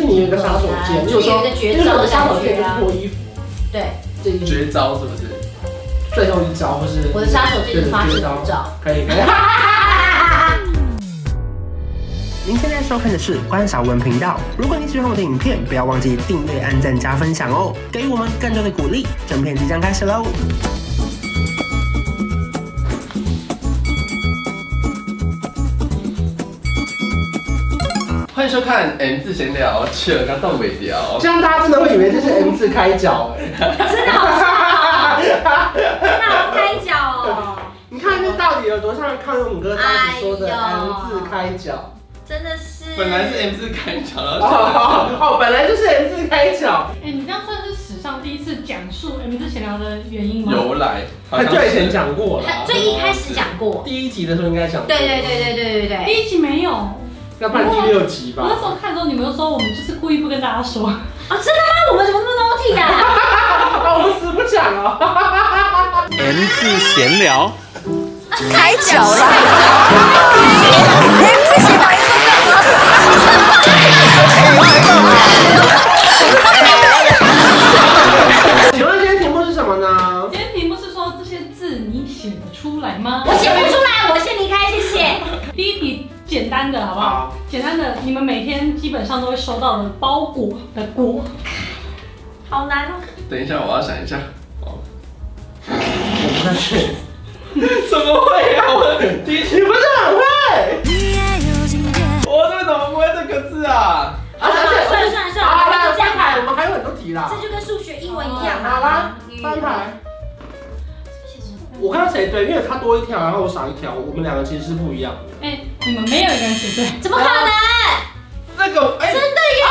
演员的杀手锏，对啊有时候就演因员为有的的绝招杀手锏就的感觉是啊脱衣服对，这一绝招是不是？最后一招，或是我的杀手锏就是发誓不照。可以可 以。您现在收看的是关少文频道。如果你喜欢我的影片，不要忘记订阅、按赞、加分享哦，给予我们更多的鼓励。整片即将开始喽！欢迎收看 M 字闲聊，扯到动尾聊。这样大家真的会以为这是 M 字开脚哎、真的好笑，真的好开脚哦，你看这到底有多像康永哥当时说的哎呦 M 字开 脚？真的是。本来是 M 字开脚，然哦后哦哦，本来就是 M 字开脚，哎、你这样算是史上第一次讲述哎 M 之闲聊的原因吗？由来，好他像就以前讲过了他。最一开始讲过，第一集的时候应该讲过，对对，对对对对对，哎第一集没有，我要不然第六集那吧时。候看的时候，你们就说我们就是故意不跟大家说，啊，真的吗？我们怎么那么 naughty 呀？啊，我们死不讲哦。 M 字闲聊。开脚了。 请问今天题目是什么呢？今天题目是说这些字你写得出来吗？我写不出来，我先离开，谢谢。第一题简单的好不好好？简单的，你们每天基本上都会收到的包裹的果，好难哦，等一下，我要想一下。哦，我不太确定。 怎么会啊？我第一你不是很会？我这怎么不会这个字啊？而且而且算了算了算了好啦，就这样翻牌，我们还有很多题啦这。嗯就跟数学、英文一样好啦，翻牌。我看谁对，因为他多一条，然后我少一条，我们两个其实是不一样的。哎、你们没有一个人写对，怎么可能？那个哎，真的耶！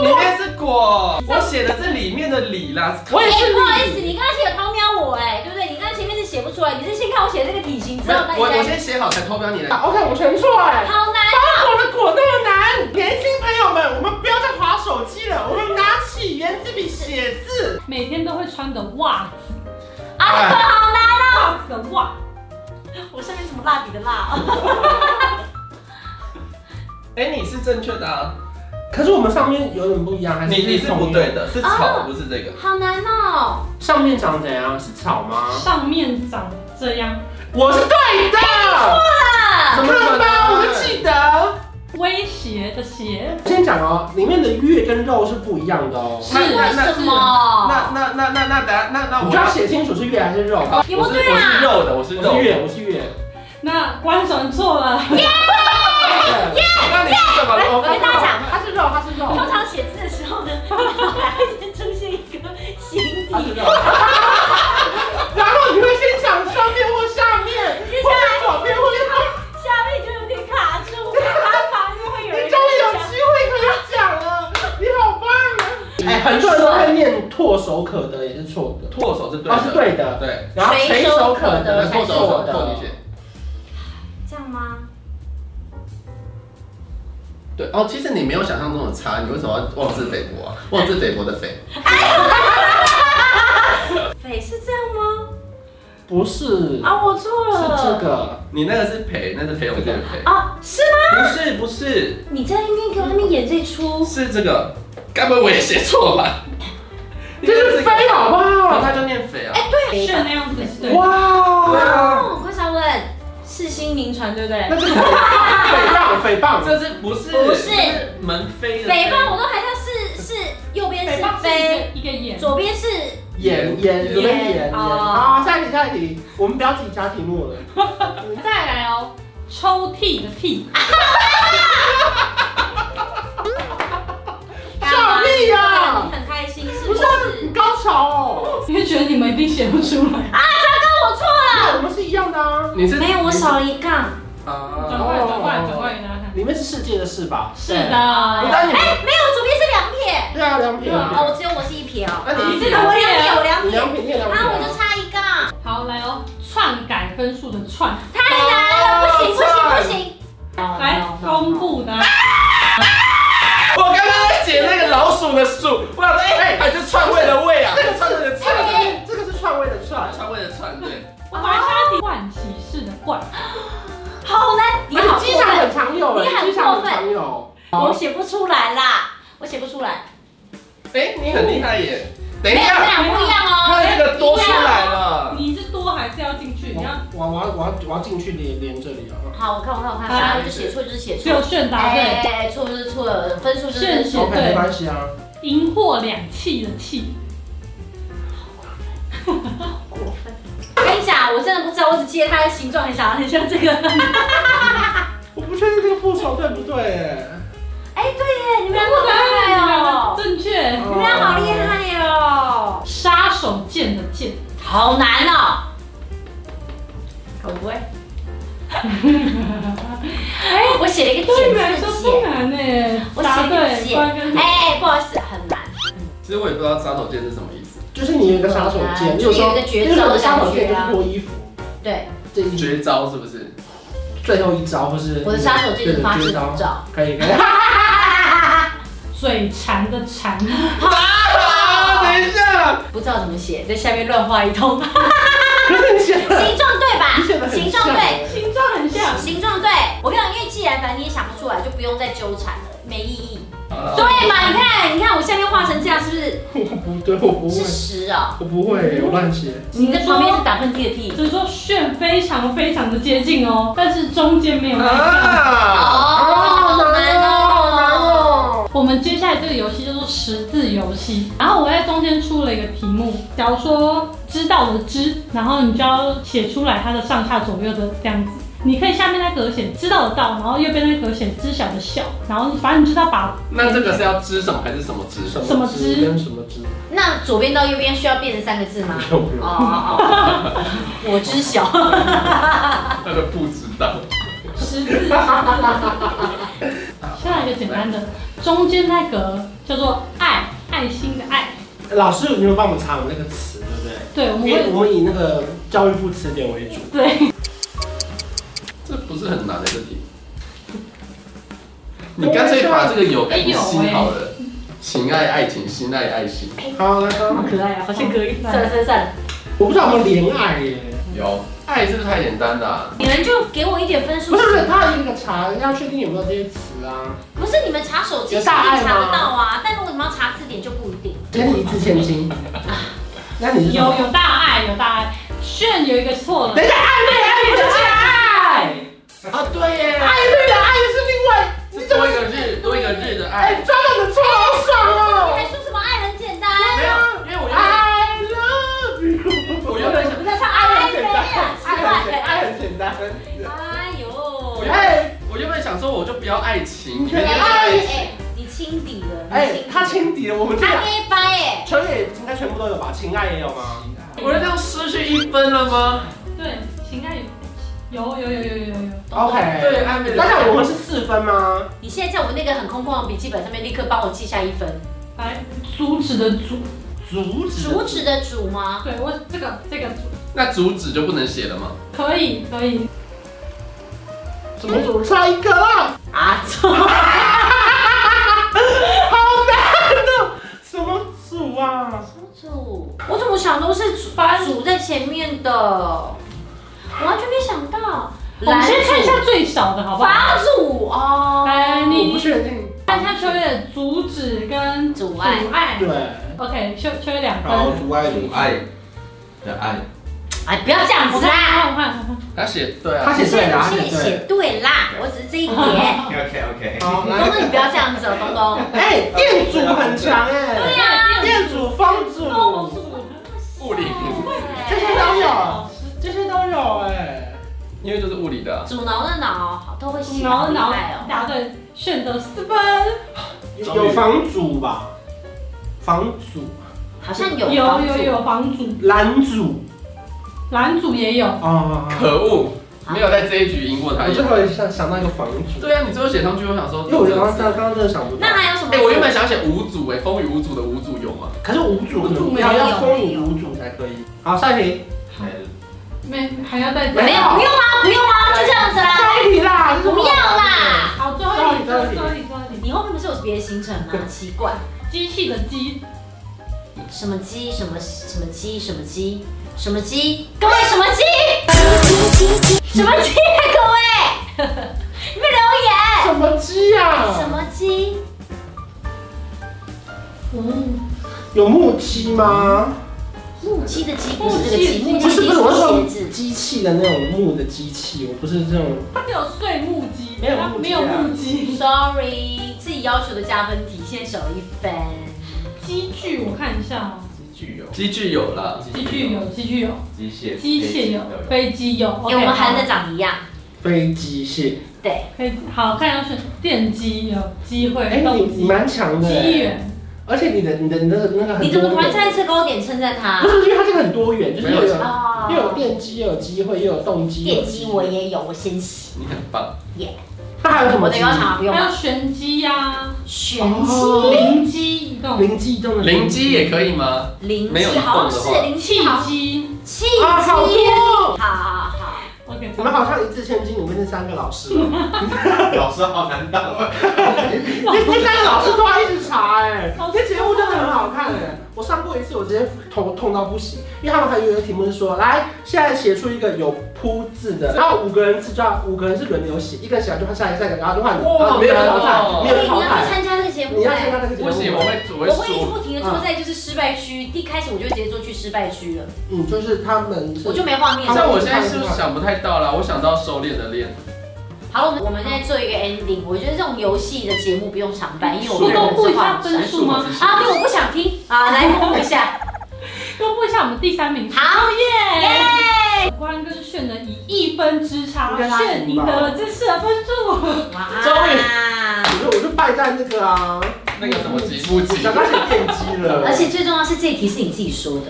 里面是果，我写的是里面的里啦。我也哎，是不好意思，你刚刚写偷瞄我哎，对不对？你刚刚前面是写不出来，你是先看我写这个体型之后，我我先写好才偷标你的。 OK，我全错哎。好难包裹的果那么难，年轻朋友们，我们不要再划手机了，我们拿起圆珠笔写字。每天都会穿的袜子，啊，好难哦！袜子的袜，我上面什么蜡笔的蜡 哦？哎，你是正确的啊，可是我们上面有点不一样，还是你你是不对的。的，是草不是这个。好难哦！上面长怎样？是草吗？上面长这样，我是对的。啊，怎么了吧？我就记得。威胁的胁，先讲哦，里面的月跟肉是不一样的哦。那那为那什么？那那那那那等下那那你我就要要。写清楚是月还是肉。好有没有我是对啊我是肉的，我是我肉是的。月，我是月。那观众错了。对那你是什么？我跟大家讲，它是肉，它是肉。通常写字的时候呢， 还会先出现一个形它体是，肉。然后你会先想上面或下面，接下或来者左边或右边。下面就有点卡住，它旁边会有人你终于有机会可以讲了，你好棒啊！哎，很多人都会念唾手可得，也是错的。唾手是对哦，是的，对的。对，然后垂手可得那才唾是手错我扣的你。写。这样吗？对哦，其实你没有想象中的差，你为什么要妄自菲薄啊？妄自菲薄的菲，匪是这样吗？不是，啊，我错了，是这个。你那个是赔，那是赔我这个赔，啊，是吗？不是不是你在那边给我那边演这出，是这个，该不会我也写错吧？这是飞好不然后好？他就念匪啊，哎，对，是那样子是对的。对哇！啊，哦，关少文，是新名传对不对那？这个诽诽谤，诽谤。这是不是不是这是门飞的诽谤我都还在是是右边北是方是飞，一个一个眼，左边是演演有没有演演？哦好，下一题，下一题，我们不要自己加题目了。再来哦，抽屉的屉，小丽呀你，很开心是不不是是？啊你高潮哦！因为觉得你们一定写不出来。啊，糟糕，我错了。我们是一样的啊。你是没有，我少了一杠。转啊，过来，转过来，转过来给大家看。里面是世界的事吧？是。的，那你们哎，没有，左边是两撇。对啊，两撇。哦，我只有我是一撇哦。那你一撇啊我两撇，我两你撇。两撇，你也两撇。啊，我就差一杠，好来哦，篡改分数的篡，太难了，不行不行不行。哎来公布答案。我刚刚在写那个老鼠的鼠，我想说哎，还是篡位的位啊，这个篡串位位的的篡，串，这个是串位的串。篡位的篡对。我把下题换喜事的冠，好难，你而好且机过场分，很常有，你很机场过很分常有。我写不出来啦。我写不出来。哎，你很厉害耶！等一没有，这下，两不一样哦。他这个多出来哦了，你是多还是要进去？你要我我我要我要我要进去连连这里啊！好，我看我看我看，好啥就写错就是写只有错。炫答对，哎，错就是错，分数就是分顺序数。 OK，对没关系啊。赢获两气的气，我跟你讲，我真的不知道，我只记得它的形状很像很像 这个。我不确定这个复仇对不对耶。哎，对耶，你们俩好厉害哦，正确。你们俩好厉害哦，杀手锏的锏，好难哦。我不会。哎， 我写了一个对简你们来字说不解，难呢。我写答了个对，解关跟。哎，不好意思，很难。其实我也不知道杀手锏是什么意思，就是你有一个杀手锏，嗯例如说，就有一个绝例如说你招的的杀感手锏觉就啊是脱衣服，对，这一绝招是不是？最后一招或是我的杀手锏就是发对誓绝不招，照。可以 可以。嘴馋的馋，啊，等一下，不知道怎么写，在下面乱画一 通。可是你写的形状对 你写的吧？很像形状对，形状很 像。形状对。我跟你讲，因为既然反正你也想不出来，就不用再纠缠了，没意义。啊对嘛？你看，你看我下面画成这样，是不是？我不对，我不会是，十啊、我不会，我乱写。你在旁边是打喷嚏的屁。只是说炫非常非常的接近哦，但是中间没有那个。哦，啊，好难哦。我们接下来这个游戏叫做识字游戏，然后我在中间出了一个题目，假如说知道的知，然后你就要写出来它的上下左右的这样子。你可以下面那格写知道的道，然后右边那格写知晓的晓，然后反正你就是要把那这个是要知什么还是什么知？什 什么汁汁跟什么汁？那左边到右边需要变成三个字吗？不用不哦用。哦哦，我知晓。那个不知道，识字。识字下来一个简单的，中间那格叫做爱，爱心的爱。老师，你有帮我们查我们那个词，对不对？对，我们因为会我们以那个教育部词典为主。对这不是很难的这题。 你干脆把这个哎有哎跟心好了，情爱爱情，心爱爱心，哎好，来吧好可爱啊，好像可以。好算了算了算了，我不知道有没有恋爱耶。有爱是不是太简单啊了？你们就给我一点分数不。是不是，他那个查要确定有没有这些词啊，不是你们查手机是一定查得到啊，但如果你们要查字典就不一定。先是一字千金。那你是什有么有大爱有大爱，炫有一个错了，等一下，暧昧暧昧的爱啊，对耶，暧昧的爱是另外，是多一个日，多一个日的哎、爱。抓到的错好你爽还哦！说什么爱人简单？没有，因为我原本 I love you。我原本想不在唱爱爱很人简呀单，，奇爱很简，怪。爱很简单。哎呦，哎我原本想说我就不要爱情，你可以就是爱爱情情。哎，你轻敌了，哎、你他敌了，轻敌了，我们这他样黑白哎，全也应该全部都有吧？情爱也有吗？我就这样失去一分了吗？对，情爱有有有有有有有， OK 对，暧昧的。那这样我们是四分吗？你现在在我那个很空旷的笔记本上面立刻帮我记下一分，来阻止的阻，阻止主旨的主吗？对我这个这个阻那主旨就不能写了吗？可以可以，怎么阻差一个了？啊，好难的，什么组啊？主，我怎么想都是主主在前面的，我完全没想到。我们先看拦一下最小的好阻不好？法主哦，来，我不你确定。看一下秋月的阻止跟阻碍阻碍对， ，OK，秋秋月两好，分，阻碍阻碍的爱，哎，不要这样我子看啦。我看我看我看，他写对他啊，写对了，他现在写对写了。对啦，我只是这一点。 OK OK，好，东来。东，你不要这样子哦，东东。哎，店主很强哎，呀店主、方主，物理， 哎这些都有，这些都有哎。因为就是物理的啊。阻挠的挠，都会写，然后好脑厉害哦。答对，炫得四分，有房主吧？房主、好像有有帮助有，有房主，男主男主也有，哦。可恶，没有在这一局赢过他我。最后想想到一个房主，对啊，你最后写上去，我想说，因为我刚刚刚刚真的想不到那。还有什么？哎，我原本想写无主哎，风雨无主的无主有吗？可是五主五组没有要要风雨五主才可以。好，下一题，没还要再没有，不用啦，不用啦，就这样子啦，下一题啦，不要啦。好，最后一题，最后一题，最后一题，你后面不是有别的行程吗？奇怪，机器的机，什么鸡，什么什么鸡，什么鸡，什么鸡，各位什么鸡，什么鸡，各 位，你们留言啊什么鸡呀？什么鸡，嗯，有木屐吗？木屐的屐不是这个屐，木不屐是不是是，我是鞋说子。机器的那种木的机器，我不是这种。它只有碎木屐，没有它木屐啊没有木屐。 Sorry，自己要求的加分题，现在少一分。机具我看一下哦，具有机具有啦，机具有，机具有，机械机械有，飞机有。因为我们含还的长一样。非机械，对，可以好看要选电机有机哎、会，你动你机，蛮强的、哎机缘，而且你的你的你的那个很你怎么突多然元，站在制高点称赞他不？是因为它这个很多元，就是没又有有啊又有电机，又有机会，又有动机，电机我也有，我先洗。你很棒，那还有什我么的机？要查不用还有吗？玄机呀，玄哦机、灵机一动，灵机动的灵机也可以吗？灵没有气，好像动的是话灵气气，好机。气啊，好多机。哦。好好好， OK，我们好像一字千金里面那三个 老师哦，老师好难当哦，那那三个老师都要一直查哎、好这节目真的很好看哎、我上过一次，我直接痛痛到不行，因为他们还有一个题目是说，来现在写出一个有铺字的，然后五个人字就要五个人是轮流写，一个人写完就换下一个，下一个，然后就换你，然后没有人淘汰，没有所以人你淘要去汰，参加这个节目你要参哎。加那个节目，不行，我会我我会会一直输。不停的坐在就是失败区，一开始我就直接坐去失败区了，嗯，就是他们是我就没画面了。像我现在是想不太到啦，我想到收敛的练，好了，我们我们现在做一个 ending。我觉得这种游戏的节目不用常办，因为我我个人公布是一画下不出来分数哎吗？啊，对，我不想听啊，来公布一下。公布一下我们第三名。好耶！耶！关跟炫呢以一分之差，应该拉炫赢赢吧得了这次的分数。哇终于我就我就败在那个啊，那个什么急不急？想到写电机了，而且最重要是这一题是你自己说的，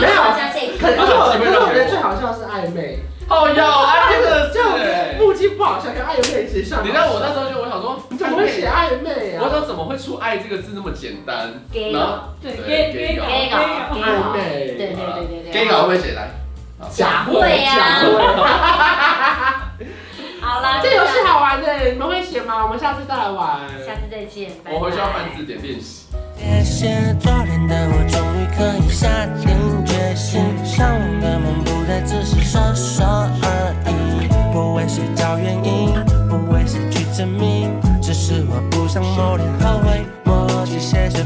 没有大家这一题可能是我，可是我觉得最好笑的是暧昧，哦哟，啊，这个这是种，目击不好笑跟暧昧其实像，你让我那时候就我想说，你怎么会写暧昧我啊？想怎么会出“爱”这个字那么简单？给然搞后对，对给给搞给给搞搞。给暧搞，昧，对对对对给对。稿会写来，假会假呀，会，好啦，这游戏好玩欸的，你们会写吗？我们下次再来玩。下次再见，拜拜我回去要翻字典练习。谢谢昨天的我，终于可以下定决心，向往的梦不再只是说说而已。不为谁找原因，不为谁去证明，只是我不想某天后悔，默契写着。